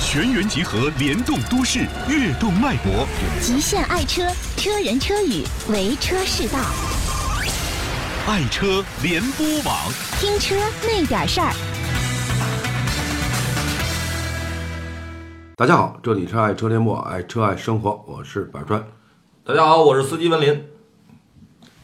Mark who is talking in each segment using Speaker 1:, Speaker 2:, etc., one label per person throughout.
Speaker 1: 全员集合，联动都市，跃动脉搏。
Speaker 2: 极限爱车，车人车语，为车是道。
Speaker 1: 爱车联播网，
Speaker 2: 听车那点事儿。
Speaker 3: 大家好，这里是爱车联播，爱车爱生活，我是板砖。
Speaker 4: 大家好，我是司机文林。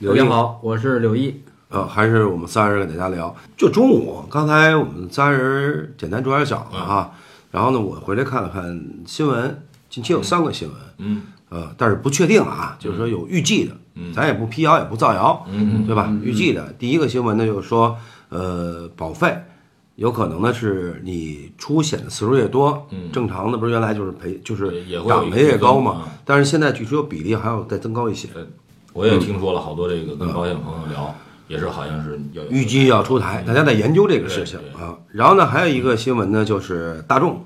Speaker 3: 刘
Speaker 5: 大
Speaker 3: 毅
Speaker 5: 家，好，我是柳毅。
Speaker 3: 呃，还是我们三人给大家聊。就中午，刚才我们三人简单抓点小
Speaker 4: 嗯
Speaker 3: 的哈，然后呢，我回来看了看新闻，近期有三个新闻，
Speaker 4: 嗯，
Speaker 3: 呃，但是不确定啊，就是说有预计的，咱也不辟谣，也不造谣，嗯，对吧？预计的第一个新闻呢，就是说，呃，保费有可能呢是你出险的次数越多，正常的不是原来就是赔就是
Speaker 4: 对嗯也会有
Speaker 3: 涨
Speaker 4: 一
Speaker 3: 得
Speaker 4: 个
Speaker 3: 越
Speaker 4: 提
Speaker 3: 高
Speaker 4: 高
Speaker 3: 嘛
Speaker 4: 啊，
Speaker 3: 但是现在据说比例还要再增高一些，
Speaker 4: 呃，我
Speaker 3: 嗯
Speaker 4: 也听说了好多这个跟保险朋友聊，也是好像是要嗯
Speaker 3: 预计要出台，大家在研究这个事情
Speaker 4: 对对
Speaker 3: 啊。然后呢，还有一个新闻呢，就是大众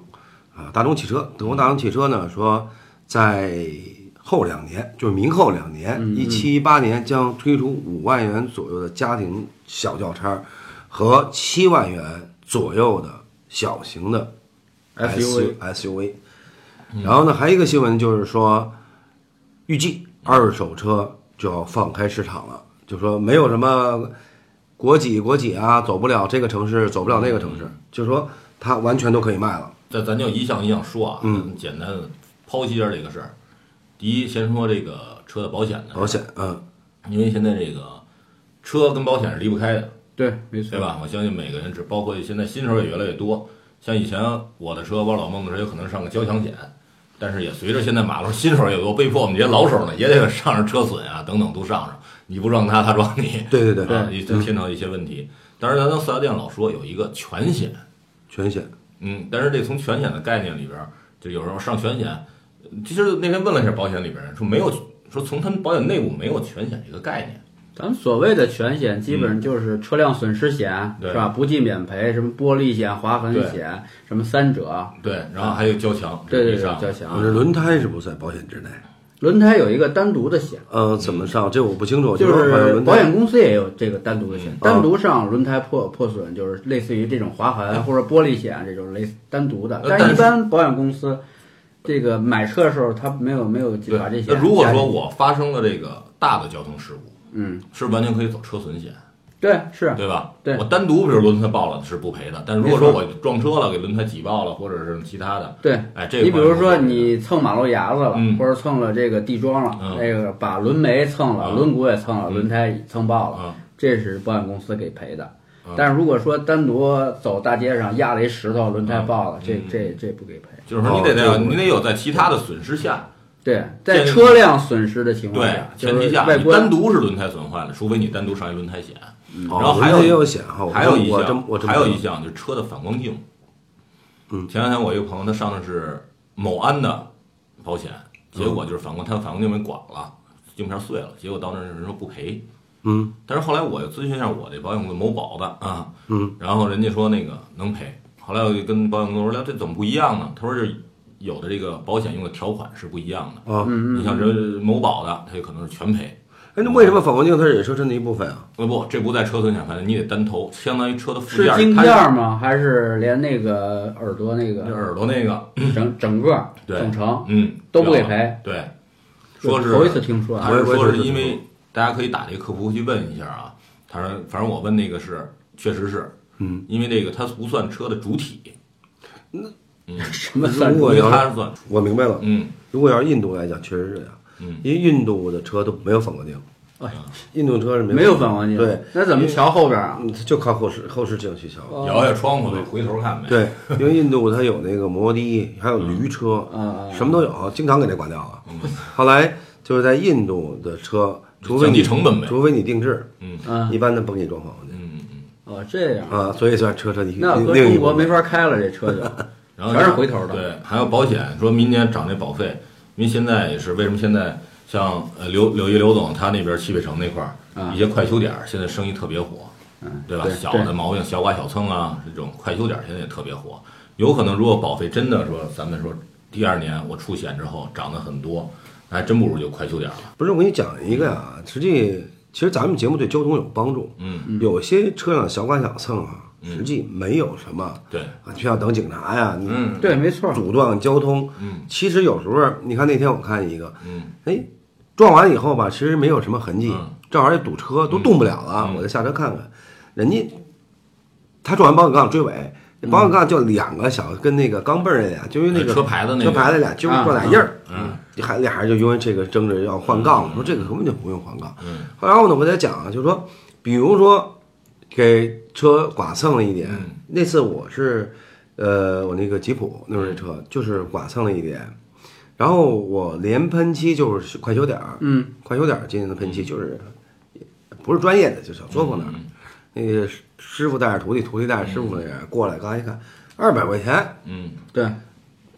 Speaker 3: 啊，大众汽车，德国大众汽车呢说，在后两年，就是明后两
Speaker 4: 嗯
Speaker 3: 年，一七一八年将推出五万元左右的家庭小轿车和七万元左右的小型的
Speaker 5: SUV
Speaker 3: SUV。然后呢，还有一个新闻就是说，预计二手车就要放开市场了，就说没有什么国几国几啊，走不了这个城市，走不了那个城
Speaker 5: 嗯
Speaker 3: 市，就说它完全都可以卖了。
Speaker 4: 这咱就一项一项说啊，嗯，简单的剖析一下这个事儿。第一，先说这个车的保险的，
Speaker 3: 保险，嗯，
Speaker 4: 因为现在这个车跟保险是离不开的，
Speaker 5: 对，没错，
Speaker 4: 对？吧？我相信每个人只包括现在新手也越来越多，像以前我的车，汪老孟的车有可能上个交强险，但是也随着现在马路新手也多，被迫我们这些老手呢也得上上车损啊等等都上上，你不撞他，他撞你，
Speaker 3: 对对对
Speaker 4: 啊，也就牵扯一些问题。当然，咱到四 S 店老说有一个全险，
Speaker 3: 全险，
Speaker 4: 嗯，但是这从全险的概念里边儿，就有时候上全险，呃其实那天问了一下保险里边儿说没有，说从他们保险内部没有全险这个概念。
Speaker 5: 咱们所谓的全险，基本上就是车辆损失险，
Speaker 4: 对
Speaker 5: 是吧？不计免赔，什么玻璃险、划痕险，什么三者。
Speaker 4: 对，然后还有交强，
Speaker 5: 对对对，
Speaker 4: 上
Speaker 5: 叫
Speaker 3: 可
Speaker 5: 强。
Speaker 3: 是轮胎是不在保险之内。
Speaker 5: 轮胎有一个单独的险，
Speaker 3: 呃，怎么上？这我不清楚。
Speaker 5: 嗯就
Speaker 3: 说好像
Speaker 5: 是
Speaker 3: 轮胎
Speaker 5: 保险公司也有这个单独的
Speaker 4: 嗯
Speaker 5: 险，单独上轮胎破破损，就是类似于这种 划痕或者玻璃险这种类似单独的。
Speaker 4: 呃
Speaker 5: 但
Speaker 4: 但
Speaker 5: 一
Speaker 4: 是
Speaker 5: 般保险公司这个买车的时候，他没有没有
Speaker 4: 对
Speaker 5: 把这，些。
Speaker 4: 那如果说，我发生了这个大的交通事故，
Speaker 5: 嗯，
Speaker 4: 是完全可以走车损险，
Speaker 5: 对，是，
Speaker 4: 对吧？
Speaker 5: 对
Speaker 4: 我单独比如轮胎爆了是不赔的，但如果
Speaker 5: 没错
Speaker 4: 说我撞车了，给轮胎挤爆了，或者是其他的，
Speaker 5: 对，
Speaker 4: 哎这个
Speaker 5: 你比如
Speaker 4: 关系不
Speaker 5: 说
Speaker 4: 大
Speaker 5: 你蹭马路牙子了，
Speaker 4: 嗯
Speaker 5: 或者蹭了这个地桩了，
Speaker 4: 嗯
Speaker 5: 那个把轮眉蹭了，
Speaker 4: 嗯
Speaker 5: 轮毂也蹭了，轮胎蹭爆了，
Speaker 4: 嗯
Speaker 5: 这是保险公司给赔的。
Speaker 4: 嗯
Speaker 5: 但是如果说单独走大街上压了一石头，轮胎爆了，这
Speaker 4: 嗯
Speaker 5: 这这不给赔。
Speaker 4: 就是说你
Speaker 3: 哦
Speaker 4: 得
Speaker 3: 这个
Speaker 4: 在、你得有在其他的损失下，
Speaker 5: 对，在
Speaker 4: 这个
Speaker 5: 车辆损失的情况
Speaker 4: 对
Speaker 5: 下，，
Speaker 4: 前提下
Speaker 5: 就是外
Speaker 4: 你单
Speaker 5: 观
Speaker 4: 独是轮胎损坏了，除非你单独上一轮胎险。
Speaker 3: 哦
Speaker 4: 然后
Speaker 3: 轮胎
Speaker 4: 还有
Speaker 3: 也有险哈，我
Speaker 4: 还有一
Speaker 3: 我真
Speaker 4: 项
Speaker 3: 我，真
Speaker 4: 还有
Speaker 3: 不知
Speaker 4: 一项就是车的反光镜。
Speaker 3: 嗯
Speaker 4: 前两天我一个朋友他上的是某安的保险，结
Speaker 3: 嗯
Speaker 4: 果就是反光，他反光镜被剐了，镜片碎了，结果到那儿人说不赔。
Speaker 3: 嗯
Speaker 4: 但是后来我又咨询一下我这保险公司某保的啊，
Speaker 3: 嗯，
Speaker 4: 然后人家说那个能赔。后来我就跟保险公司说，这怎么不一样呢？他说这有的这个保险用的条款是不一样的。
Speaker 3: 啊。
Speaker 4: 你像这某保的，它有可能是全赔。
Speaker 3: 哎，那为什么反光镜它是也车身的一部分啊？
Speaker 4: 呃不，这不在车损险范围，你得单投，相当于车的附
Speaker 5: 是
Speaker 4: 件儿，
Speaker 5: 镜
Speaker 4: 它
Speaker 5: 片吗？还是连那个耳朵那
Speaker 4: 那
Speaker 5: 个
Speaker 4: 耳朵那个，
Speaker 5: 整整个
Speaker 4: 嗯对
Speaker 5: 整嗯成？
Speaker 4: 嗯，
Speaker 5: 都不给
Speaker 4: 知道吧
Speaker 5: 赔。
Speaker 4: 对，说是
Speaker 5: 头一次听说啊
Speaker 4: 他是
Speaker 3: 我也
Speaker 4: 说
Speaker 3: 我也
Speaker 4: 是
Speaker 3: 是
Speaker 4: 因为大家可以打这个客服去问一下啊。他说，反正我问那个是，确实是，
Speaker 3: 嗯，
Speaker 4: 因为这个它不算车的主体，
Speaker 5: 什么算
Speaker 3: 如
Speaker 4: 因
Speaker 3: 果
Speaker 4: 为
Speaker 3: 要
Speaker 4: 它
Speaker 3: 是
Speaker 4: 是算，
Speaker 3: 我明白了，
Speaker 4: 嗯，
Speaker 3: 如果要是印度来讲，确实是这样，
Speaker 4: 嗯
Speaker 3: 因为印度的车都没有反光镜，印度车是
Speaker 5: 哎没有反光镜？
Speaker 3: 对，
Speaker 5: 那怎么瞧后边啊？
Speaker 3: 嗯就靠后视后视镜去瞧。
Speaker 5: 哦
Speaker 4: 摇摇窗户呗，回头看呗。，
Speaker 3: 对，因为印度它有那个摩的，还有驴车，
Speaker 5: 嗯嗯
Speaker 3: 什么都有，经常给这刮掉啊。
Speaker 4: 嗯
Speaker 3: 后来就是在印度的车，除非
Speaker 4: 降低
Speaker 3: 你
Speaker 4: 成本呗
Speaker 3: 除非你定制，
Speaker 5: 嗯，
Speaker 3: 一般的不给你装反光镜
Speaker 4: 嗯嗯。
Speaker 5: 哦，这样，
Speaker 3: 啊，所以算车车的一
Speaker 5: 那
Speaker 3: 另
Speaker 5: 和
Speaker 3: 另一
Speaker 5: 中
Speaker 3: 部
Speaker 5: 国没
Speaker 3: 分。
Speaker 5: 法开了，这车就
Speaker 4: 然后
Speaker 5: 全是回头的
Speaker 4: 对，还有保险，说明年涨这保费，因为现在也是为什么现在像呃刘刘一刘总他那边汽配城那块
Speaker 5: 啊
Speaker 4: 儿一些快修点儿现在生意特别火，
Speaker 5: 嗯
Speaker 4: 对吧？
Speaker 5: 对
Speaker 4: 小
Speaker 5: 对
Speaker 4: 的毛病、小剐小蹭啊，这种快修点儿现在也特别火。有可能如果保费真的说咱们说第二年我出险之后涨得很多，那还真不如就快修点儿了。
Speaker 3: 不是，我给你讲一个啊，实际其实咱们节目对交通有帮助，
Speaker 4: 嗯，
Speaker 3: 有些车辆小剐小蹭啊，实际没有什么
Speaker 4: 对
Speaker 3: 啊，需要等警察呀，你
Speaker 4: 嗯
Speaker 5: 对，没错，
Speaker 3: 阻断交通。
Speaker 4: 嗯，
Speaker 3: 其实有时候你看那天我看一个，
Speaker 4: 嗯
Speaker 3: 哎，撞完以后吧，其实没有什么痕迹
Speaker 4: 嗯，
Speaker 3: 正好也堵车，都动不了了，
Speaker 4: 嗯
Speaker 3: 我就下车看看。人家他撞完保险杠追尾，那保险杠就两个小跟那个钢镚儿一样，就因为那个
Speaker 4: 嗯车牌子那
Speaker 3: 车
Speaker 4: 个
Speaker 3: 牌子俩揪
Speaker 5: 啊
Speaker 3: 撞俩印儿，
Speaker 4: 嗯
Speaker 3: 还俩人就因为这个争着要换杠，我说这个根本就不用换杠。
Speaker 4: 嗯
Speaker 3: 后来我呢，我在讲啊，就是说，比如说给车剐蹭了一点，
Speaker 4: 嗯
Speaker 3: 那次我是，呃，我那个吉普那时候那车就是剐蹭了一点，然后我连喷漆就是快修点儿，
Speaker 5: 嗯，
Speaker 3: 快修点儿进行的喷漆就是，不是专业的，就小作坊那儿，那个师傅带着徒弟，徒弟带着师傅那样、过来，刚才一看二百块钱，
Speaker 4: 嗯
Speaker 5: 对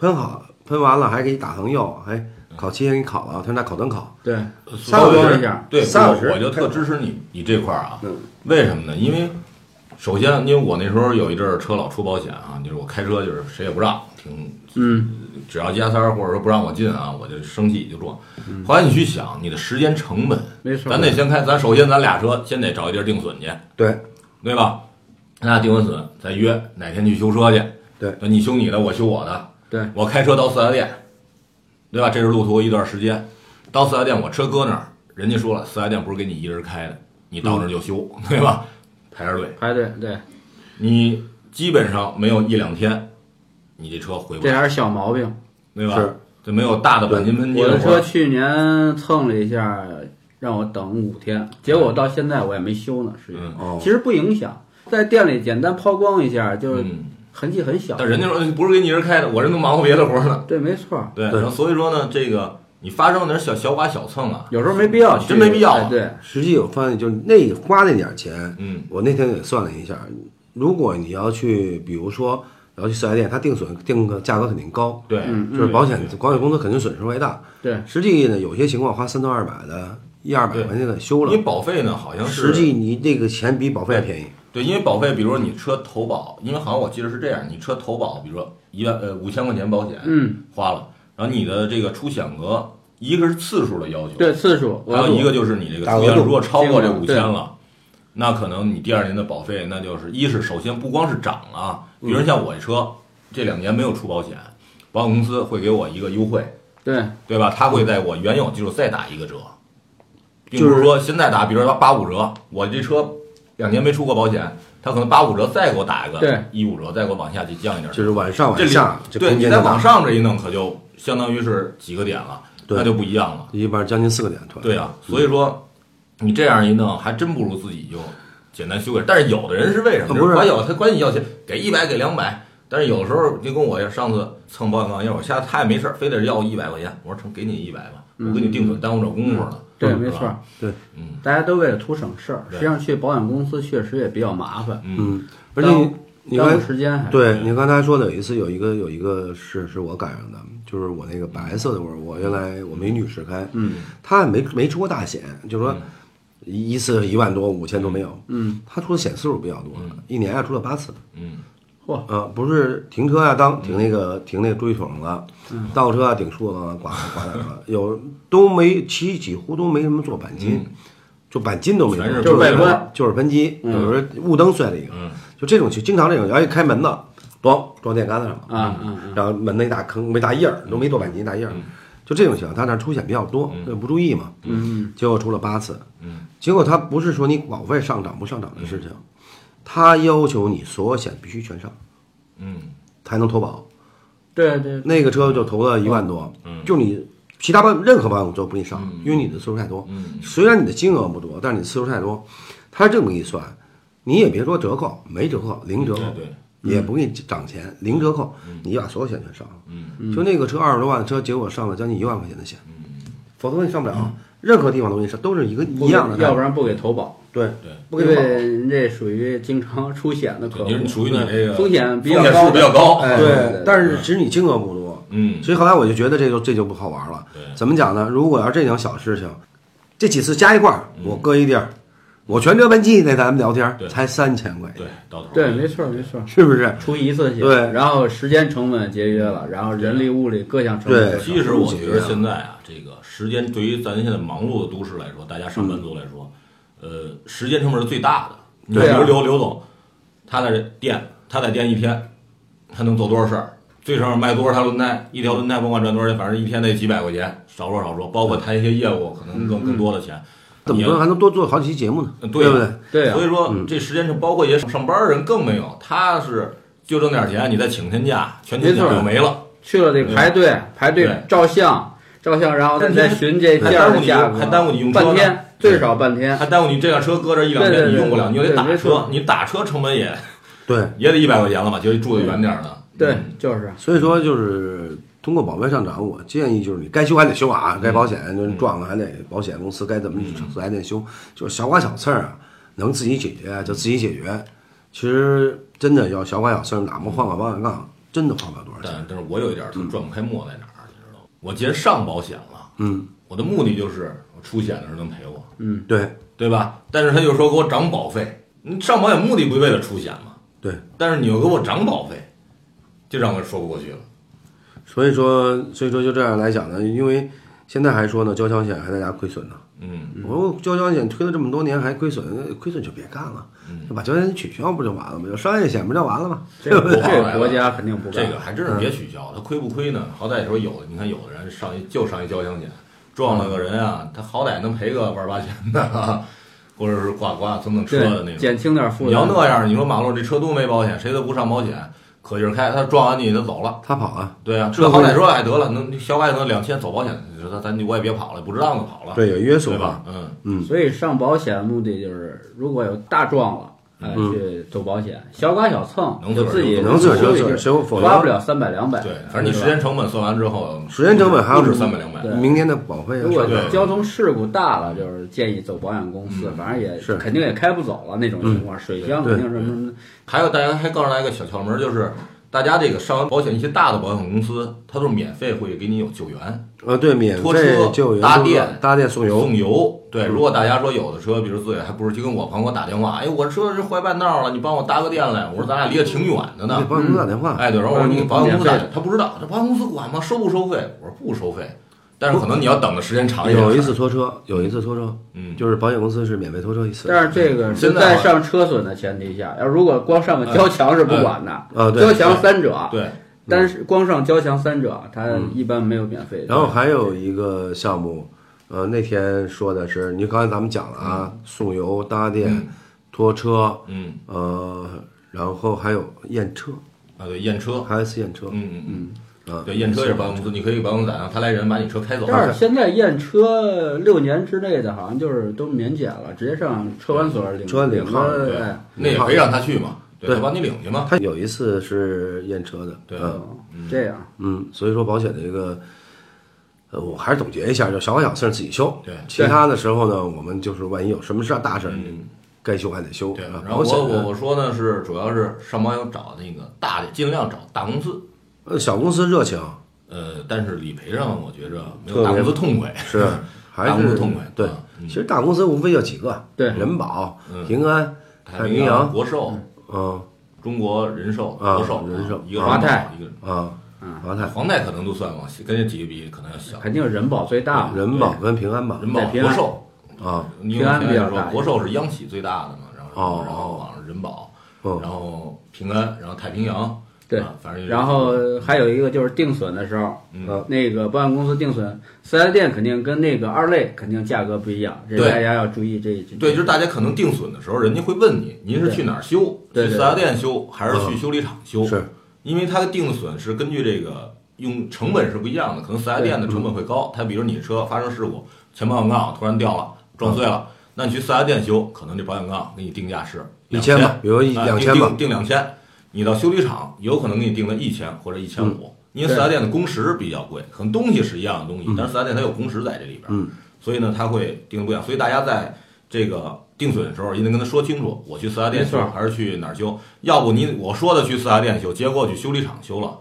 Speaker 3: 喷好喷完了还给你打横釉，还烤漆还给你烤了，他拿烤灯烤，
Speaker 5: 对，
Speaker 4: 呃所以
Speaker 5: 包
Speaker 4: 我觉
Speaker 5: 装
Speaker 4: 得
Speaker 5: 一下，
Speaker 4: 对，
Speaker 3: 三小
Speaker 4: 我
Speaker 3: 时
Speaker 4: 我就特支持你你这块儿啊
Speaker 3: 嗯。
Speaker 4: 为什么呢？因为首先，因为我那时候有一阵儿车老出保险啊，就是我开车就是谁也不让，挺
Speaker 5: 嗯，
Speaker 4: 只要加塞儿或者说不让我进啊，我就生气就撞。后来你去想你的时间成本，
Speaker 5: 没错
Speaker 4: 咱得先开，咱首先咱俩车先得找一地儿定损去，
Speaker 3: 对
Speaker 4: 对吧？咱俩定完损再约哪天去修车去。
Speaker 3: 对，
Speaker 4: 你修你的，我修我的。
Speaker 5: 对
Speaker 4: 我开车到四 S 店，对吧？这是路途一段时间，到四 S 店我车搁那儿，人家说了，四 S 店不是给你一人开的，你到那儿就修，对吧？排着队，
Speaker 5: 排队对，
Speaker 4: 你基本上没有一两天，你这车回不
Speaker 5: 这
Speaker 4: 来，
Speaker 5: 还是小毛病。
Speaker 4: 对吧？
Speaker 3: 是，
Speaker 4: 就没有大的钣金喷漆
Speaker 5: 我的
Speaker 4: 或者
Speaker 5: 车去年蹭了一下，让我等五天，结果到现在我也没修呢，实际上
Speaker 4: 嗯
Speaker 3: 哦
Speaker 5: 其实不影响，在店里简单抛光一下，就是
Speaker 4: 嗯
Speaker 5: 痕迹很小。
Speaker 4: 但人家说哎不是给你一人开的，我这能忙活别的活儿呢。
Speaker 5: 对，没错，
Speaker 4: 对，
Speaker 3: 对
Speaker 4: 然后所以说呢，这个你发生点小小剐小蹭啊，
Speaker 5: 有时候没必要去，
Speaker 4: 真没必要啊
Speaker 5: 哎对，
Speaker 3: 实际我发现，就是那花那点儿钱，
Speaker 4: 嗯
Speaker 3: 我那天也算了一下，如果你要去，比如说要去四 S 店，它定损定个价格肯定高，
Speaker 4: 对，
Speaker 5: 嗯
Speaker 3: 就是保险保险公司肯定损失为大。
Speaker 5: 对
Speaker 3: 实际呢，有些情况花三到二百的，一二百
Speaker 4: 对
Speaker 3: 块钱给修
Speaker 4: 你
Speaker 3: 了，
Speaker 4: 保费呢好像是
Speaker 3: 实际你这个钱比保费还便宜。
Speaker 4: 对，因为保费，比如说你车投保，因为好像我记得是这样，你车投保，比如说一万呃五千块钱保险，
Speaker 5: 嗯，
Speaker 4: 花了，然后你的这个出险额，一个是次数的要求，
Speaker 5: 对，次数，
Speaker 4: 还有
Speaker 5: 额度
Speaker 4: 一个就是你这个
Speaker 3: 大
Speaker 4: 出
Speaker 3: 额
Speaker 4: 险
Speaker 3: 度
Speaker 4: 如果超过这五
Speaker 5: 对
Speaker 4: 千了，那可能你第二年的保费，那就是一是首先不光是涨了啊，比如像我这车这两年没有出保险，保险公司会给我一个优惠，
Speaker 5: 对
Speaker 4: 对
Speaker 3: 嗯
Speaker 4: 吧？他会在我原有基础再打一个折，并
Speaker 3: 就是
Speaker 4: 不是说现在打，比如说八五折，我这车两年没出过保险，他可能八五折再给我打一个，
Speaker 5: 对，
Speaker 4: 一五折再给我往下去降一点，
Speaker 3: 就是往上往
Speaker 4: 这里
Speaker 3: 下，这
Speaker 4: 对
Speaker 3: 空
Speaker 4: 你
Speaker 3: 间
Speaker 4: 再
Speaker 3: 就大
Speaker 4: 往，上这一弄，可就相当于是几个点了，
Speaker 3: 对
Speaker 4: 那就不一样了。
Speaker 3: 一般将近四个点，突然
Speaker 4: 对啊，
Speaker 5: 嗯
Speaker 4: 所以说你这样一弄，还真不如自己就简单修改。但是有的人是为什
Speaker 3: 呃
Speaker 4: 么？
Speaker 3: 不是
Speaker 4: 管有他管你要钱，给一百给两百，但是有时候就跟我上次蹭保险杠一样，我下次他也没事儿，非得要一百块钱，我说成给你一百吧，我给你定损，耽误这功夫了。
Speaker 5: 嗯对，
Speaker 4: 是吧
Speaker 5: 没错，
Speaker 3: 对，
Speaker 4: 嗯
Speaker 5: 大家都为了图省事儿，
Speaker 4: 对
Speaker 5: 实际上去保险公司确实也比较麻烦，
Speaker 4: 嗯
Speaker 3: 嗯，而且你你
Speaker 5: 耽误
Speaker 3: 看
Speaker 5: 时间还。
Speaker 3: 对你刚才说的有一次有一个有一个是是我赶上的，就是我那个白色的我我原来我们一女士开，嗯，她也没没出过大险，就是
Speaker 5: 嗯
Speaker 3: 说一一次一万多五千多没有，嗯，她出的险次数比较多，
Speaker 5: 嗯
Speaker 3: 一年啊出了八次，
Speaker 4: 嗯，
Speaker 5: 嚯，
Speaker 3: 呃，不是停车啊，当停那个停那个注意筒了，
Speaker 5: 嗯
Speaker 3: 倒车啊顶树了，刮刮点了，有都没其几乎都没什么做钣金，就钣金都没
Speaker 4: 全是
Speaker 3: 有，
Speaker 4: 就是
Speaker 5: 嗯外观嗯
Speaker 3: 就是喷漆，有时候雾灯摔了一个，就这种就经常这种，要一开门呢，咣撞电杆子上了，
Speaker 5: 啊嗯嗯，
Speaker 3: 然后门那大坑没大印儿，都没做钣金大印儿，就这种情况，他那出险比较多，那不注意嘛，嗯，结果出了八次，
Speaker 4: 嗯，
Speaker 3: 结果他不是说你保费上涨不上涨的事情，
Speaker 5: 嗯
Speaker 3: 他要求你所有险必须全上。
Speaker 4: 嗯
Speaker 3: 才能投保。
Speaker 5: 对对，
Speaker 3: 那个车就投了一万多，
Speaker 4: 嗯
Speaker 3: 就你其他保任何保险公司都不给你上，因为你的次数太多。
Speaker 4: 嗯
Speaker 3: 虽然你的金额不多，但是你次数太多，他这么一算，你也别说折扣，没折扣，零折扣，
Speaker 4: 对嗯对，
Speaker 3: 也不给你涨钱，零折扣，你把所有险全上了。
Speaker 4: 嗯
Speaker 3: 就那个车二十多万的车，结果上了将近一万块钱的险，否则你上不
Speaker 4: 嗯
Speaker 3: 了。任何地方都给你上，都是一个
Speaker 5: 不
Speaker 3: 一
Speaker 5: 给
Speaker 3: 样的待遇，
Speaker 5: 要不然不给投保，
Speaker 3: 对
Speaker 4: 对
Speaker 3: 不
Speaker 5: 因
Speaker 3: 给你保。
Speaker 5: 为您这属于经常出险的客户，
Speaker 4: 你是属于你这个
Speaker 5: 风险比
Speaker 4: 风
Speaker 5: 较
Speaker 4: 险
Speaker 5: 高
Speaker 4: 数
Speaker 5: 的，
Speaker 4: 比较高
Speaker 5: 哎
Speaker 3: 对，但是其实你金额不多，
Speaker 4: 嗯
Speaker 3: 所以后来我就觉得这就这就不好玩了
Speaker 4: 对。
Speaker 3: 怎么讲呢？如果要这种小事情，这几次加一块儿，我搁一地儿，我全车喷漆那咱们聊天
Speaker 4: 嗯对
Speaker 3: 才三千块，
Speaker 4: 对，到头儿
Speaker 5: 对，没错没错，
Speaker 3: 是不是？
Speaker 5: 出一次险，
Speaker 3: 对
Speaker 5: 然后时间成本节约了，然后人力物力各项成本
Speaker 3: 对
Speaker 5: 减少
Speaker 4: 其实我觉得现在啊，这个时间对于咱现在忙碌的都市来说，大家上班族来说，呃，时间成本是最大的。你比
Speaker 5: 对啊
Speaker 4: 如刘刘总，他的店，他在店一天，他能做多少事儿？最少卖多少条轮胎？一条轮胎甭管赚多少钱，反正一天得几百块钱，少说少说。包括谈一些业务，可能更更多的钱。
Speaker 3: 怎么
Speaker 4: 也
Speaker 3: 着还能多做好几期节目呢？
Speaker 4: 嗯
Speaker 3: 对
Speaker 4: 对
Speaker 3: 不对
Speaker 4: 呀？
Speaker 5: 对啊
Speaker 4: 所以说这时间是包括一些上班人更没有，他是就挣点钱，你再请天假，全天
Speaker 5: 没
Speaker 4: 假
Speaker 5: 错
Speaker 4: 就没了，
Speaker 5: 去了得排队排队
Speaker 4: 对
Speaker 5: 照相照相，然后
Speaker 4: 但
Speaker 5: 再
Speaker 4: 是
Speaker 5: 寻这
Speaker 4: 还
Speaker 5: 件儿
Speaker 4: 耽误
Speaker 5: 的
Speaker 4: 你
Speaker 5: 价
Speaker 4: 用
Speaker 5: 格，
Speaker 4: 还耽误你用车
Speaker 5: 半
Speaker 4: 呢
Speaker 5: 天，最少半天。
Speaker 4: 还耽误你这辆车搁这一两
Speaker 5: 对对
Speaker 4: 天
Speaker 5: 对
Speaker 4: 你用不了，你又得
Speaker 5: 对
Speaker 4: 打
Speaker 5: 没
Speaker 4: 车
Speaker 5: 错，
Speaker 4: 你打车成本也
Speaker 3: 对，
Speaker 4: 也得一百块钱了吧？就住的远点儿的，
Speaker 5: 对
Speaker 4: 嗯，
Speaker 5: 就是
Speaker 3: 所以说就是通过保费上涨，我建议就是你该修还得修
Speaker 4: 嗯
Speaker 3: 啊，该保险就是撞了还得保险公司该怎么还得
Speaker 4: 嗯
Speaker 3: 修，就是小剐小刺儿啊，能自己解决啊就自己解决。其实真的要小剐小刺儿，哪怕换个保险杠，真的花不了多少钱。
Speaker 4: 但但是我有一点儿特转不开磨在哪儿，你知道吗？我既然上保险了，
Speaker 3: 嗯，
Speaker 4: 我的目的就是我出险的时候能赔我，
Speaker 5: 嗯
Speaker 3: 对
Speaker 4: 对吧？但是他就说给我涨保费，你上保险目的不就为了出险吗？
Speaker 3: 对，
Speaker 4: 但是你又给我涨保费，这让我说不过去了。
Speaker 3: 所以说所以说就这样来讲呢，因为现在还说呢，交强险还在家亏损呢。
Speaker 4: 嗯，
Speaker 3: 我说交强险推了这么多年还亏损，那亏损就别干了，
Speaker 4: 嗯
Speaker 3: 就把交强险取消不就完了吗？有商业险不就完了吗？
Speaker 5: 这个
Speaker 4: 对
Speaker 5: 这个国家肯定不干
Speaker 4: 这个还真是别取消，他亏不亏呢？好歹也说有的，你看有的人上一就上一交强险，撞了个人啊，他好歹能赔个万八千的，或者是刮刮蹭蹭车的那
Speaker 5: 对，
Speaker 4: 种。
Speaker 5: 减轻点负担。
Speaker 4: 你要那样，你说马路这车都没保险，谁都不上保险，可劲儿开，他撞完你就走了。
Speaker 3: 他跑啊，
Speaker 4: 对啊，
Speaker 3: 社
Speaker 4: 这
Speaker 3: 会
Speaker 4: 好歹说哎得了，能小剐能两千走保险，你说他咱就我也别跑了，不值当的跑了，
Speaker 3: 对，有约束
Speaker 4: 对
Speaker 3: 吧
Speaker 4: 吧？？嗯，
Speaker 5: 所以上保险的目的就是，如果有大撞了，哎，去走保险，小剐小蹭，
Speaker 4: 能
Speaker 5: 就
Speaker 4: 自
Speaker 5: 自
Speaker 4: 个儿
Speaker 5: 己
Speaker 3: 嗯能自个儿
Speaker 5: 修
Speaker 3: 修
Speaker 5: 一
Speaker 3: 自个儿
Speaker 5: 修
Speaker 3: 修否则
Speaker 5: 花不了三百两百。
Speaker 4: 对，反正你
Speaker 5: 对
Speaker 4: 时
Speaker 5: 吧
Speaker 4: 间成本算完之后，
Speaker 3: 时间成本还要
Speaker 4: 不止三百两百，
Speaker 5: 对
Speaker 3: 明年的保费啊要
Speaker 5: 如果
Speaker 3: 上
Speaker 4: 对
Speaker 3: 涨，
Speaker 5: 交通事故大了，就是建议走保险公
Speaker 4: 嗯
Speaker 5: 司，反正也
Speaker 3: 是
Speaker 5: 肯定也开不走了那种情况，水箱肯定什么什么的，
Speaker 4: 还有大家还告诉大家一个小窍门儿，就是大家这个上完保险，一些大的保险公司，它都是免费会给你有救援、
Speaker 3: 呃，对，免
Speaker 4: 拖
Speaker 3: 费
Speaker 4: 车
Speaker 3: 救援、
Speaker 4: 搭
Speaker 3: 送
Speaker 4: 电
Speaker 3: 搭电送油嗯
Speaker 4: 送，油。对，如果大家说有的车，比如自己还不是就跟我朋友给我打电话，哎，我车是坏半道了，你帮我搭个电来。我说咱俩离得挺远的
Speaker 3: 给
Speaker 4: 呢。
Speaker 3: 保险公司打电话，
Speaker 4: 哎，对，然后我说你给保险公司
Speaker 5: 免
Speaker 4: 打
Speaker 5: 费，
Speaker 4: 他不知道，这保险公司管吗？收不收费？我说不收费，但是可能你要等的时间长一点。
Speaker 3: 有一次，拖车，有一次拖车，
Speaker 4: 嗯，
Speaker 3: 就是保险公司是免费拖车一次，
Speaker 5: 但是这个是
Speaker 4: 现在
Speaker 5: 在
Speaker 4: 啊
Speaker 5: 上车损的前提下，要如果光上个交强是不管的，
Speaker 3: 呃对
Speaker 5: 交强三者，
Speaker 4: 对，
Speaker 5: 但是光上交强三者，它一般没有免费的。
Speaker 3: 然后还有一个项目，呃，那天说的是，你刚才咱们讲了啊，送油、搭电
Speaker 4: 嗯、
Speaker 3: 拖车，
Speaker 4: 嗯，
Speaker 3: 呃，然后还有验车，
Speaker 4: 啊对，验车，
Speaker 3: 还有一次验车，
Speaker 4: 嗯嗯嗯，
Speaker 3: 啊，
Speaker 4: 对，验车也是保险公司，你可以给保险公司打电话，他来人把你车开走。
Speaker 5: 这儿现在验车六年之内的，好像就是都免检了，直接上车管所领
Speaker 3: 车管领
Speaker 5: 领
Speaker 3: 号
Speaker 5: 了
Speaker 4: 对
Speaker 5: 哎，
Speaker 4: 那也可以让他去嘛，
Speaker 3: 对
Speaker 4: 他帮你领去嘛。
Speaker 3: 他有一次是验车的，
Speaker 4: 对
Speaker 3: 嗯
Speaker 5: 这样
Speaker 3: 嗯，所以说保险的一个，呃，我还是总结一下，就小保小事儿自己修，
Speaker 4: 对
Speaker 3: 其他的时候呢，我们就是万一有什么事儿大事儿，该修还得修。
Speaker 4: 嗯对
Speaker 3: 啊，
Speaker 4: 然
Speaker 3: 保
Speaker 4: 后
Speaker 3: 险
Speaker 4: 呃我我我说呢是主要是上保险找那个大的，尽量找大公司。
Speaker 3: 呃小公司热情
Speaker 4: 呃，但是理赔上我觉着没
Speaker 3: 特
Speaker 4: 有
Speaker 3: 别
Speaker 4: 大公司痛快，
Speaker 3: 是还
Speaker 4: 嗯大公
Speaker 3: 是
Speaker 4: 司痛快
Speaker 3: 对
Speaker 4: 啊，嗯
Speaker 3: 其实大公司无非就几个，
Speaker 5: 对
Speaker 3: 人保、
Speaker 4: 嗯
Speaker 3: 平安、
Speaker 4: 太
Speaker 3: 太
Speaker 4: 平
Speaker 3: 平
Speaker 4: 洋、
Speaker 3: 洋，
Speaker 4: 国寿、
Speaker 3: 嗯
Speaker 4: 中国人寿、
Speaker 3: 啊
Speaker 4: 国寿、
Speaker 3: 人寿
Speaker 4: 一个
Speaker 5: 华泰
Speaker 4: 人保
Speaker 3: 啊，华泰
Speaker 4: 一个，黄泰可能都算往跟这几个比可能要小。
Speaker 5: 肯定是人保最大嘛。
Speaker 3: 人保跟平安吧
Speaker 4: 人保、
Speaker 5: 在平
Speaker 4: 国
Speaker 5: 安
Speaker 4: 寿，
Speaker 3: 啊，
Speaker 4: 你
Speaker 5: 平安
Speaker 4: 现在
Speaker 5: 比较
Speaker 4: 说
Speaker 5: 大
Speaker 4: 国寿是央企最大的嘛，然后
Speaker 3: 哦
Speaker 4: 然后往上人保，
Speaker 3: 嗯
Speaker 4: 然后平安，然后太平洋，
Speaker 5: 对
Speaker 4: 啊，反正
Speaker 5: 然后还有一个就是定损的时候，
Speaker 4: 嗯
Speaker 5: 呃那个保险公司定损四 S 店肯定跟那个二类肯定价格不一样，这
Speaker 4: 对
Speaker 5: 大家要注意这这。
Speaker 4: 对，就是大家可能定损的时候，人家会问你，您是去哪儿修？
Speaker 5: 对
Speaker 4: 去
Speaker 5: 对对
Speaker 4: 四 S 店修还是去修理厂修？
Speaker 3: 嗯是，
Speaker 4: 因为它的定损是根据这个用成本是不一样的，可能四 S
Speaker 3: 嗯
Speaker 4: 店的成本会高。它比如你车发生事故，前保险杠突然掉了，
Speaker 3: 嗯
Speaker 4: 撞碎了，那你去四 S 店修，可能这保险杠给你定价是
Speaker 3: 一千吧
Speaker 4: 2000
Speaker 3: 比如一
Speaker 4: 啊
Speaker 3: 两
Speaker 4: 定
Speaker 3: 千吧
Speaker 4: 定定两千。你到修理厂有可能给你定了一千或者一千
Speaker 3: 嗯
Speaker 4: 五，因为四 S 店的工时比较贵，可能东西是一样的东西，但是四 S 店它有工时在这里边儿，
Speaker 3: 嗯
Speaker 4: 所以呢，它会定的不一样。所以大家在这个定损的时候，一定跟他说清楚，我去四 S 店修
Speaker 5: 没错
Speaker 4: 还是去哪儿修，要不你我说的去四 S 店修，结果去修理厂修了，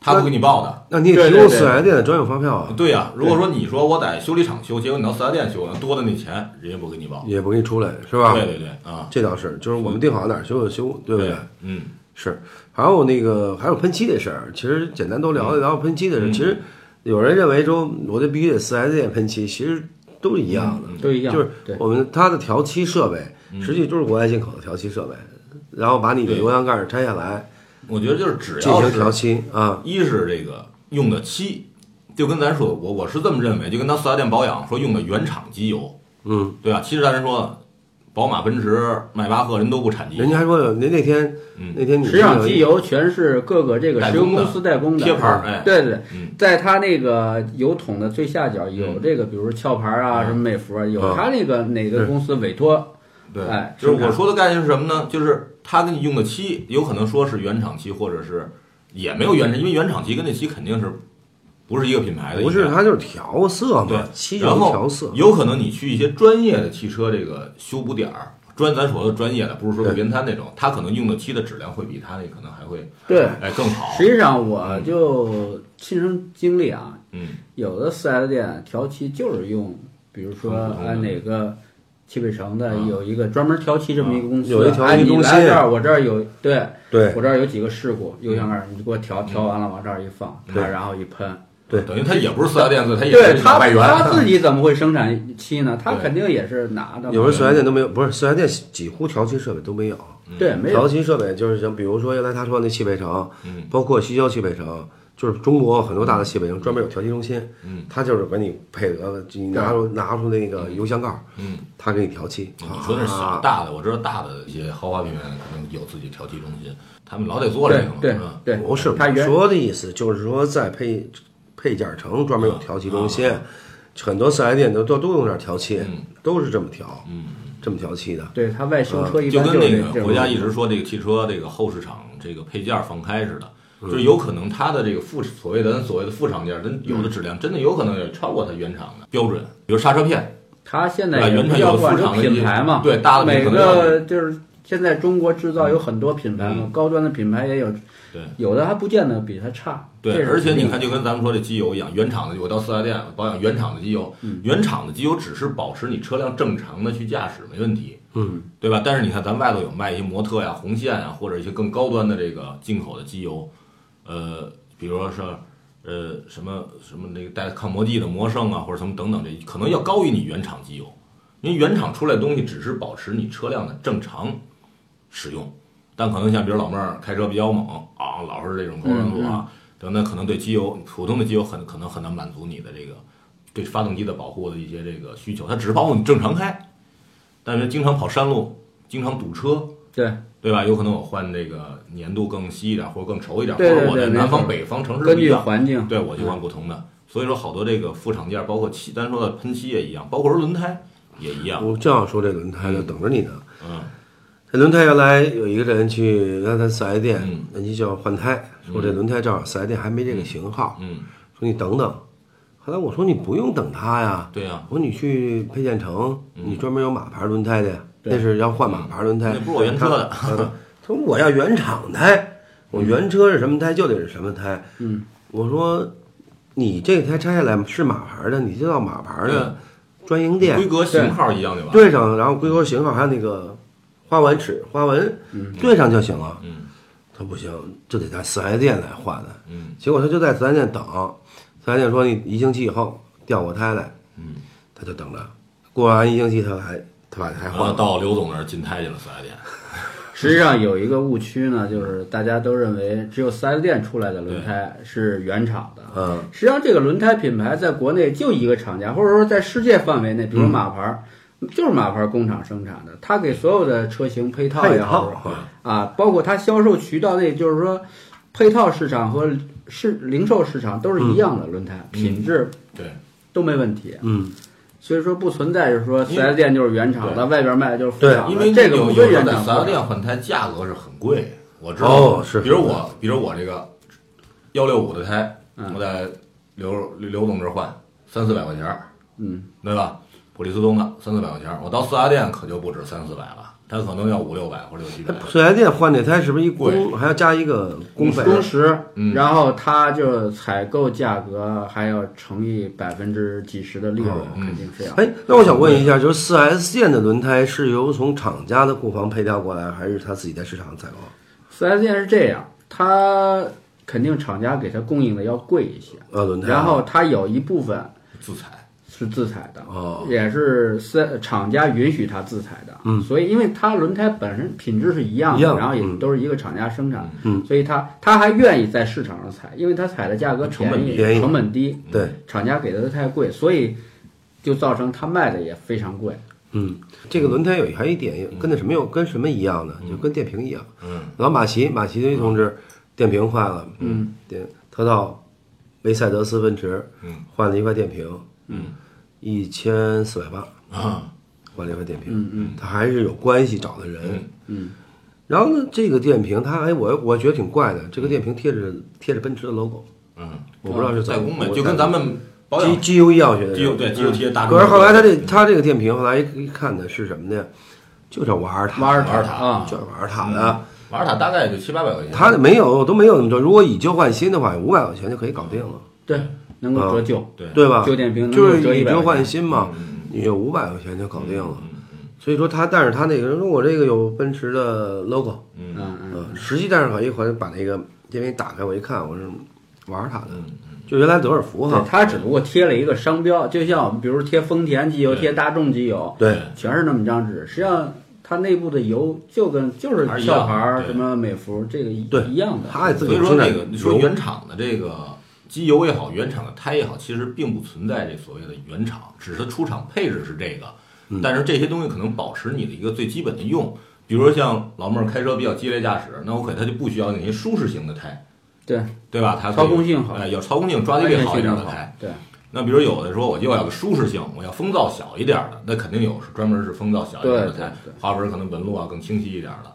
Speaker 4: 他不给你报的。
Speaker 3: 那你也
Speaker 5: 对
Speaker 3: 提
Speaker 5: 对
Speaker 3: 供
Speaker 5: 对
Speaker 3: 四 S 店的专用发票啊，
Speaker 4: 对呀、如果说你说我在修理厂修，结果你到四 S 店修，多的那钱人家不给你报。
Speaker 3: 也不给你出来是吧？
Speaker 4: 对对对啊，
Speaker 3: 这倒是，就是我们定好哪儿修就修，对不对？
Speaker 4: 嗯，
Speaker 3: 是，还有那个还有喷漆这事儿，其实简单都聊一聊喷漆的事儿。其实有人认为说，我这必须得四 S 店喷漆，其实都是一样的，
Speaker 5: 都一样，
Speaker 3: 就是
Speaker 5: 对
Speaker 3: 我们它的调漆设备，实际就是国外进口的调漆设备，然后把你的油箱盖儿拆下来
Speaker 4: 我觉得就是只
Speaker 3: 进
Speaker 4: 要
Speaker 3: 行
Speaker 4: 是
Speaker 3: 调漆啊，
Speaker 4: 一是这个用的漆，就跟咱说，我我是这么认为，就跟咱四 S 店保养说用的原厂机油，
Speaker 3: 嗯，
Speaker 4: 对啊吧？其实咱是说，宝马、奔驰、迈巴赫人都不产机油，
Speaker 3: 人家还说您那天
Speaker 4: 嗯
Speaker 3: 那天你
Speaker 5: 实际上，机油全是各个这个石油公司代工的啊
Speaker 4: 贴牌儿哎
Speaker 5: 对对对
Speaker 4: 嗯，
Speaker 5: 在它那个油桶的最下角有这个，比如壳牌啊、
Speaker 4: 嗯
Speaker 5: 什么美孚啊，有
Speaker 3: 嗯
Speaker 5: 它那个哪个公司委托，
Speaker 4: 对，
Speaker 5: 哎
Speaker 4: 就是我
Speaker 5: 生产
Speaker 4: 说的概念是什么呢？就是他给你用的漆，有可能说是原厂漆，或者是也没有原厂，因为原厂漆跟那漆肯定是不是一个品牌的，
Speaker 3: 不是
Speaker 4: 应该
Speaker 3: 它就是调色
Speaker 4: 对
Speaker 3: 嘛，漆，油
Speaker 4: 然后
Speaker 3: 调色，
Speaker 4: 有可能你去一些专业的汽车这个修补点儿。专咱所谓的专业的，不是说路边摊那种，他可能用的漆的质量会比他那可能还会
Speaker 5: 对。
Speaker 4: 哎更好。
Speaker 5: 实际上，我就亲身经历啊，
Speaker 4: 嗯，
Speaker 5: 有的四 S 店调漆就是用，比如说
Speaker 4: 很普通的
Speaker 5: 按哪个汽配城的
Speaker 4: 啊
Speaker 5: 有一个专门调漆这么一个公司，
Speaker 3: 有一调漆
Speaker 5: 哎，你
Speaker 3: 中心
Speaker 5: 来这儿，我这儿有对，
Speaker 3: 对
Speaker 5: 我这儿有几个事故，右向盖你给我调，调完了往这儿一放，
Speaker 3: 对
Speaker 5: 它然后一喷，
Speaker 4: 等于他也不是四 S 店，他也
Speaker 5: 对
Speaker 4: 是
Speaker 5: 他
Speaker 4: 百元。
Speaker 5: 他自己怎么会生产漆呢？他
Speaker 4: 啊对
Speaker 5: 肯定也是拿的嘛，
Speaker 3: 有时候四 S 店都没有，不是四 S 店几乎调漆设备都没有，
Speaker 5: 对没
Speaker 3: 调
Speaker 5: 有
Speaker 3: 漆设备就是像比如说原来他说那汽配城，
Speaker 4: 嗯
Speaker 3: 包括西郊汽配城，就是中国很多大的汽配城专门有调漆中心，
Speaker 4: 嗯，
Speaker 3: 他就是给你配额，你拿出拿出那个油箱盖儿，
Speaker 4: 嗯，
Speaker 3: 他给你调漆。
Speaker 4: 你说那是小
Speaker 3: 啊
Speaker 4: 大的，我知道大的一些豪华品牌可能有自己调漆中心，他们老得做这个嘛，
Speaker 5: 对
Speaker 4: 是吧？
Speaker 5: 对，
Speaker 3: 不是
Speaker 5: 他
Speaker 3: 我
Speaker 5: 原
Speaker 3: 说的意思，就是说在配配件城专门有调漆中心，
Speaker 5: 啊
Speaker 3: 很多四 S 店都都都用这儿调漆
Speaker 4: 嗯，
Speaker 3: 都是这么调，这么调漆的。
Speaker 5: 嗯对他
Speaker 3: 呃
Speaker 5: 外修车一
Speaker 4: 就
Speaker 5: 般
Speaker 4: 跟
Speaker 5: 是
Speaker 4: 那
Speaker 5: 这
Speaker 4: 个
Speaker 5: 种
Speaker 4: 国家一直说这个汽车这个后市场这个配件儿放开似的，
Speaker 5: 嗯
Speaker 4: 就是有可能它的这个副所谓的咱所谓的副厂件儿，真有的质量真的有可能也超过它原厂的标准，比如刹车片，
Speaker 5: 他现
Speaker 4: 啊
Speaker 5: 在也
Speaker 4: 原厂
Speaker 5: 不
Speaker 4: 有
Speaker 5: 要
Speaker 4: 副
Speaker 5: 管
Speaker 4: 厂的
Speaker 5: 品牌嘛，
Speaker 4: 对大的品
Speaker 5: 每
Speaker 4: 牌嗯
Speaker 5: 个就是现在中国制造有很多品牌嘛，高端的品牌也有，
Speaker 4: 对
Speaker 5: 有的还不见得比它差。这
Speaker 4: 对，
Speaker 5: 是
Speaker 4: 而且
Speaker 5: 肯
Speaker 4: 你
Speaker 5: 定
Speaker 4: 看，
Speaker 5: 的，
Speaker 4: 就跟咱们说这机油一样，原厂的我到四 S 店保养原厂的机油，
Speaker 5: 嗯
Speaker 4: 原厂的机油只是保持你车辆正常的去驾驶没问题，嗯，对吧？但是你看咱外头有卖一些模特呀、红线呀，或者一些更高端的这个进口的机油，呃，比如说是呃什么什么那个带抗磨剂的魔圣啊，或者什么等等这，可能要高于你原厂机油，因为原厂出来的东西只是保持你车辆的正常使用，但可能像比如老妹儿开车比较猛啊，老是这种高
Speaker 5: 嗯
Speaker 4: 转速啊，等等，可能对机油普通的机油很可能很难满足你的这个对发动机的保护的一些这个需求，它只保护你正常开，但是经常跑山路，经常堵车，
Speaker 5: 对，
Speaker 4: 对吧？有可能我换这个粘度更稀一点，或者更稠一点，
Speaker 5: 对
Speaker 4: 或者
Speaker 5: 对
Speaker 4: 我在
Speaker 5: 对
Speaker 4: 南
Speaker 5: 没
Speaker 4: 方、
Speaker 5: 错
Speaker 4: 北方城市
Speaker 5: 根
Speaker 4: 不一
Speaker 5: 据
Speaker 4: 样，
Speaker 5: 环境，嗯
Speaker 4: 对我就换不同的。所以说，好多这个副厂件，包括漆，咱说的喷漆也一样，包括轮胎也一样。
Speaker 3: 我正要说这轮胎呢，等着你呢。
Speaker 4: 嗯，
Speaker 3: 这轮胎原来有一个人去原来四 S 店
Speaker 4: 嗯，
Speaker 3: 人家就要换胎，说这轮胎这儿四 S 店还没这个型号，
Speaker 4: 嗯，
Speaker 3: 说你等等。后来我说你不用等他呀，
Speaker 4: 对啊呀、
Speaker 3: 我说你去配件城，你专门有马牌轮胎的呀，
Speaker 5: 对
Speaker 3: 那是要换马牌轮胎，
Speaker 4: 那不是我原车的嗯
Speaker 3: 他。他他说我要原厂胎，我原车是什么胎就得是什么胎。嗯，我说你这胎拆下来是马牌的，你就到马牌的专营店
Speaker 4: 啊规格型号一样对吧？
Speaker 3: 对上，然后规格型号还有那个花纹尺花纹对上就行了。
Speaker 4: 嗯
Speaker 3: 他不行，就得在四 S 店来换的。
Speaker 4: 嗯
Speaker 3: 结果他就在四 S 店等，四 S 店说你一星期以后调过胎来，
Speaker 4: 嗯，
Speaker 3: 他就等着。过完一星期他来，他把胎换
Speaker 4: 然后
Speaker 3: 了。
Speaker 4: 啊到刘总那儿进胎去了，四 S 店。
Speaker 5: 实际上有一个误区呢，就是大家都认为只有四 S 店出来的轮胎是原厂的。
Speaker 3: 嗯，
Speaker 5: 实际上这个轮胎品牌在国内就一个厂家，或者说在世界范围内，比如马牌儿，就是马牌儿工厂生产的，它给所有的车型配套
Speaker 3: 配
Speaker 5: 也好
Speaker 3: 套，
Speaker 5: 啊，包括它销售渠道内，就是说配套市场和市零售市场都是一样的轮胎，
Speaker 4: 嗯
Speaker 5: 品质
Speaker 4: 对，
Speaker 5: 都没问题。
Speaker 3: 嗯，
Speaker 5: 所以说不存在是说
Speaker 4: 因为
Speaker 5: 4 S 店就是原厂的，
Speaker 4: 对
Speaker 5: 外边卖的就是副厂的，
Speaker 4: 因为
Speaker 5: 这
Speaker 4: 你
Speaker 5: 个
Speaker 4: 有
Speaker 5: 不
Speaker 4: 有
Speaker 5: 是
Speaker 4: 时候
Speaker 5: 原
Speaker 4: 在
Speaker 5: 厂
Speaker 4: 四 S
Speaker 5: 的。
Speaker 4: 店换胎价格是很贵，我知道。
Speaker 3: 哦是
Speaker 4: 比如我，比如我这个幺六五的胎，
Speaker 3: 嗯
Speaker 4: 我在刘刘总这儿换三四百块钱儿，
Speaker 5: 嗯，
Speaker 4: 对吧？普利司通的三四百块钱儿，我到四 S 店可就不止三四百了，它可能要五六百或者六七 百。
Speaker 3: 四 S 店换这胎是不是一
Speaker 4: 贵
Speaker 3: 工还要加一个工费？
Speaker 5: 工时，
Speaker 4: 嗯
Speaker 5: 然后它就采购价格还要乘以百分之几十的利润，
Speaker 4: 嗯
Speaker 5: 肯定是要。
Speaker 3: 哎，那我想问一下，就是四 S 店的轮胎是由从厂家的库房配调过来，还是他自己在市场采购？
Speaker 5: 四 S 店是这样，它肯定厂家给它供应的要贵一些，
Speaker 3: 呃，轮胎啊。
Speaker 5: 然后它有一部分
Speaker 4: 自采，
Speaker 5: 是自采的，
Speaker 3: 哦
Speaker 5: 也是四厂家允许它自采的，嗯，所以因为它轮胎本身品质是一样的，
Speaker 3: 一样的
Speaker 5: 然后也
Speaker 3: 嗯
Speaker 5: 都是一个厂家生产，嗯，所以它它还愿意在市场上采，因为它采的价格
Speaker 4: 成本
Speaker 5: 便宜，
Speaker 3: 便宜嗯
Speaker 5: 成本低，
Speaker 3: 对，
Speaker 5: 厂家给的太贵，所以就造成它卖的也非常贵。
Speaker 3: 嗯，这个轮胎有还有一点跟那什么有跟什么一样呢？就跟电瓶一样。
Speaker 4: 嗯，
Speaker 3: 然后马奇马奇同志电瓶坏了，嗯，电他到梅赛德斯奔驰，
Speaker 4: 嗯，
Speaker 3: 换了一块电瓶，嗯，一千四百八，
Speaker 4: 啊，
Speaker 3: 换了一块电瓶，嗯嗯，他还是有关系找的人，嗯，然后呢，这个电瓶他哎，我我觉得挺怪的，这个电瓶贴着贴着奔驰的 logo，
Speaker 4: 嗯，
Speaker 3: 我不知道是怎
Speaker 4: 在
Speaker 3: 么
Speaker 4: 工
Speaker 3: 我
Speaker 4: 美就跟咱们保养
Speaker 3: G G U 医药学的
Speaker 4: G U E，对 G U T
Speaker 5: 啊
Speaker 4: 大
Speaker 3: 嗯
Speaker 4: 众
Speaker 3: 可是后来他这他这个电瓶后来一看呢是什么呢？就是瓦尔塔，
Speaker 5: 瓦尔塔
Speaker 3: 啊
Speaker 5: 啊，
Speaker 3: 就是瓦尔塔的，
Speaker 4: 瓦尔塔大概也就七八百块钱，
Speaker 3: 他没有都没有那么多。如果以旧换新的话，五百块钱就可以搞定了，
Speaker 5: 对，能够折旧，
Speaker 4: 啊对
Speaker 3: 对吧？
Speaker 5: 旧电瓶能
Speaker 3: 就
Speaker 5: 够折
Speaker 3: 是以
Speaker 5: 一百
Speaker 3: 旧
Speaker 5: 块
Speaker 3: 换
Speaker 5: 钱。嗯
Speaker 3: 新嘛，你有五百块钱就搞定了。所以说他，但是他那个，说我这个有奔驰的 logo，
Speaker 5: 嗯嗯，
Speaker 3: 嗯，实际但是好一回把那个电瓶打开，我一看，我是瓦尔塔
Speaker 5: 嗯
Speaker 3: 的，就原来德尔福
Speaker 5: 对
Speaker 3: 哈，，
Speaker 5: 它只不过贴了一个商标，就像我们比如贴丰田机油、
Speaker 4: 对
Speaker 5: 贴大众机油，
Speaker 3: 对，
Speaker 5: 全是那么一张纸。实际上，它内部的油就跟就是
Speaker 4: 还是一样
Speaker 5: 壳牌儿
Speaker 4: 对
Speaker 5: 什么美孚这个一
Speaker 3: 对
Speaker 5: 一样的。
Speaker 3: 他也自
Speaker 4: 所
Speaker 3: 己
Speaker 4: 以说
Speaker 3: 生产
Speaker 4: 这个你说原厂的这个机油也好，原厂的胎也好，其实并不存在这所谓的原厂，只是出厂配置是这个，
Speaker 3: 嗯
Speaker 4: 但是这些东西可能保持你的一个最基本的用。比如说像老妹儿开车比较激烈驾驶，那我可能他就不需要那些舒适型的胎，
Speaker 5: 对，
Speaker 4: 对吧？它
Speaker 5: 操控性好
Speaker 4: 哎，要操控性抓地力好一点的胎。
Speaker 5: 对，
Speaker 4: 那比如有的说我就要个舒适性，我要风噪小一点儿的，那肯定有是专门是风噪小一点的
Speaker 5: 对
Speaker 4: 胎
Speaker 5: 对对，嗯
Speaker 4: 花纹可能纹路啊更清晰一点儿的。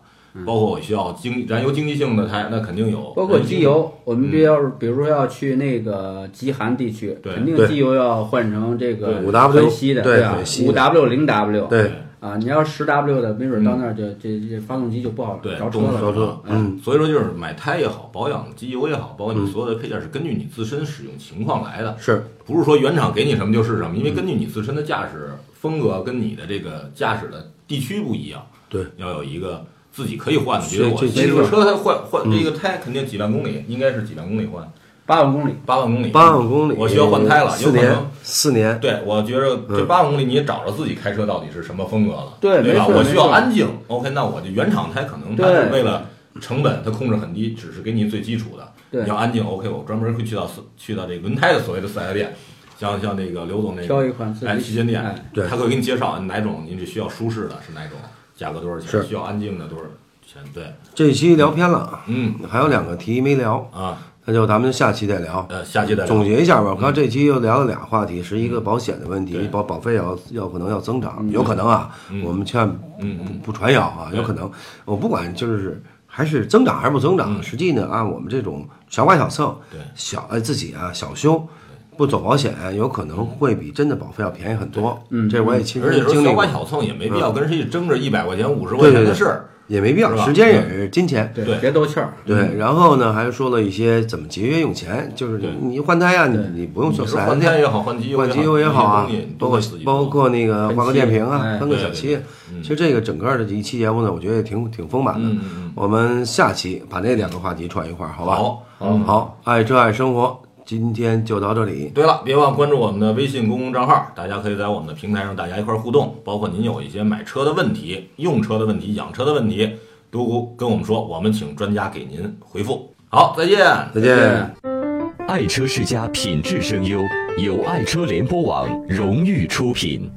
Speaker 4: 包括我需要经燃油经济性的胎，那肯定有。
Speaker 5: 包括机，油，我们就要是比如说要去那个极寒地区，
Speaker 4: 对
Speaker 5: 肯定
Speaker 3: 对
Speaker 5: 机油要换成这个
Speaker 3: 对 5W
Speaker 5: 全息的，
Speaker 3: 对
Speaker 5: 啊
Speaker 3: 对，稀的
Speaker 5: 五 W 零 W，
Speaker 3: 对
Speaker 5: 啊，你要十 W 的，没准到那儿就这这发动机就不好
Speaker 4: 对，
Speaker 5: 着车
Speaker 4: 动
Speaker 5: 了，
Speaker 4: 力
Speaker 3: 着车嗯，
Speaker 4: 所以说就是买胎也好，保养机油也好，包括
Speaker 5: 嗯
Speaker 4: 你所有的配件是根据你自身使用情况来的，
Speaker 3: 是
Speaker 4: 不是说原厂给你什么就是什么，因为根据你自身的驾驶风格跟你的这个驾驶的地区不一样，
Speaker 3: 对，
Speaker 4: 要有一个自己可以换的。
Speaker 3: 是
Speaker 4: 比如我
Speaker 3: 这
Speaker 4: 这
Speaker 3: 没
Speaker 4: 个
Speaker 3: 错
Speaker 4: 车它换
Speaker 5: 嗯
Speaker 4: 换这个胎肯定几万公里，应该是几万公里换，
Speaker 5: 八万公里。
Speaker 4: 八万公里，
Speaker 3: 八万公里，
Speaker 4: 我需要换胎了，有
Speaker 3: 四
Speaker 4: 可
Speaker 3: 年
Speaker 4: 能。，
Speaker 3: 四年，
Speaker 4: 对，我觉着这
Speaker 3: 嗯
Speaker 4: 八万公里你也找着自己开车到底是什么风格了，
Speaker 5: 对没
Speaker 4: 吧？
Speaker 5: 错
Speaker 4: 我
Speaker 5: 没
Speaker 4: 需要
Speaker 5: 错
Speaker 4: 安静，OK，那我就原厂胎可能它
Speaker 5: 对
Speaker 4: 是为了成本，它控制很低，只是给你最基础的。
Speaker 5: 对
Speaker 4: 你要安静，OK，我专门会去到四去到这个轮胎的所谓的四 S 店，像像那个刘总那个
Speaker 5: 挑一款自己
Speaker 4: 哎旗舰店
Speaker 5: 哎，
Speaker 3: 对
Speaker 4: 他会给你介绍哪种您这需要舒适的是哪种，价格多少钱，
Speaker 3: 是
Speaker 4: 需要安静的多少钱，对，
Speaker 3: 这期聊偏了，
Speaker 4: 嗯
Speaker 3: 还有两个题没聊，
Speaker 4: 啊，
Speaker 3: 那就咱们下期再聊。
Speaker 4: 呃，下期再聊
Speaker 3: 总结一下吧，我看这期又聊了俩话题，是一个保险的问题
Speaker 4: 嗯对，
Speaker 3: 保保费要要可能要增长，有可能啊，我们千万
Speaker 4: 嗯嗯
Speaker 3: 不传谣啊，
Speaker 4: 对
Speaker 3: 有可能，我不管就是还是增长还是不增长，实际呢按我们这种小剐小蹭
Speaker 4: 嗯对，
Speaker 3: 小呃自己啊小修。不走保险，有可能会比真的保费要便宜很多。嗯，这我也亲
Speaker 4: 而
Speaker 3: 身
Speaker 4: 且说
Speaker 3: 经
Speaker 4: 小
Speaker 3: 历过
Speaker 4: 剐，小蹭也没必要跟人去争着一百块钱、五十块
Speaker 3: 对
Speaker 4: 钱
Speaker 3: 对
Speaker 4: 的
Speaker 3: 对，
Speaker 4: 事儿。
Speaker 3: 也没必
Speaker 4: 是
Speaker 3: 要，
Speaker 4: 吧
Speaker 3: 时间也是金钱。
Speaker 4: 对嗯
Speaker 5: 别斗气儿。
Speaker 3: 对，然后呢，还说了一些怎么节约用钱，就是
Speaker 4: 对
Speaker 3: 你换胎啊呀，你你不用
Speaker 4: 你
Speaker 3: 说
Speaker 4: 是
Speaker 3: 4 S
Speaker 4: 换胎
Speaker 3: 店，
Speaker 4: 也好，换机油
Speaker 3: 换机油也好啊
Speaker 4: 这些东西，
Speaker 3: 包
Speaker 4: 都
Speaker 3: 括
Speaker 4: 会自己
Speaker 3: 包
Speaker 4: 弄
Speaker 3: 括那个换个电瓶啊，
Speaker 5: 哎
Speaker 3: 喷个小漆
Speaker 4: 对对对。嗯
Speaker 3: 其实这个整个的这一期节目呢，我觉得也挺挺丰满的
Speaker 4: 嗯嗯嗯。
Speaker 3: 我们下期把这两个话题串一块儿，好吧？
Speaker 4: 好
Speaker 3: 好，好，爱车爱生活，今天就到这里。
Speaker 4: 对了，别忘关注我们的微信公共账号，大家可以在我们的平台上大家一块儿互动，包括您有一些买车的问题、用车的问题、养车的问题，都跟我们说，我们请专家给您回复。好，再见。
Speaker 3: 再见。
Speaker 1: 爱车世家品质声优，由爱车联播网荣誉出品。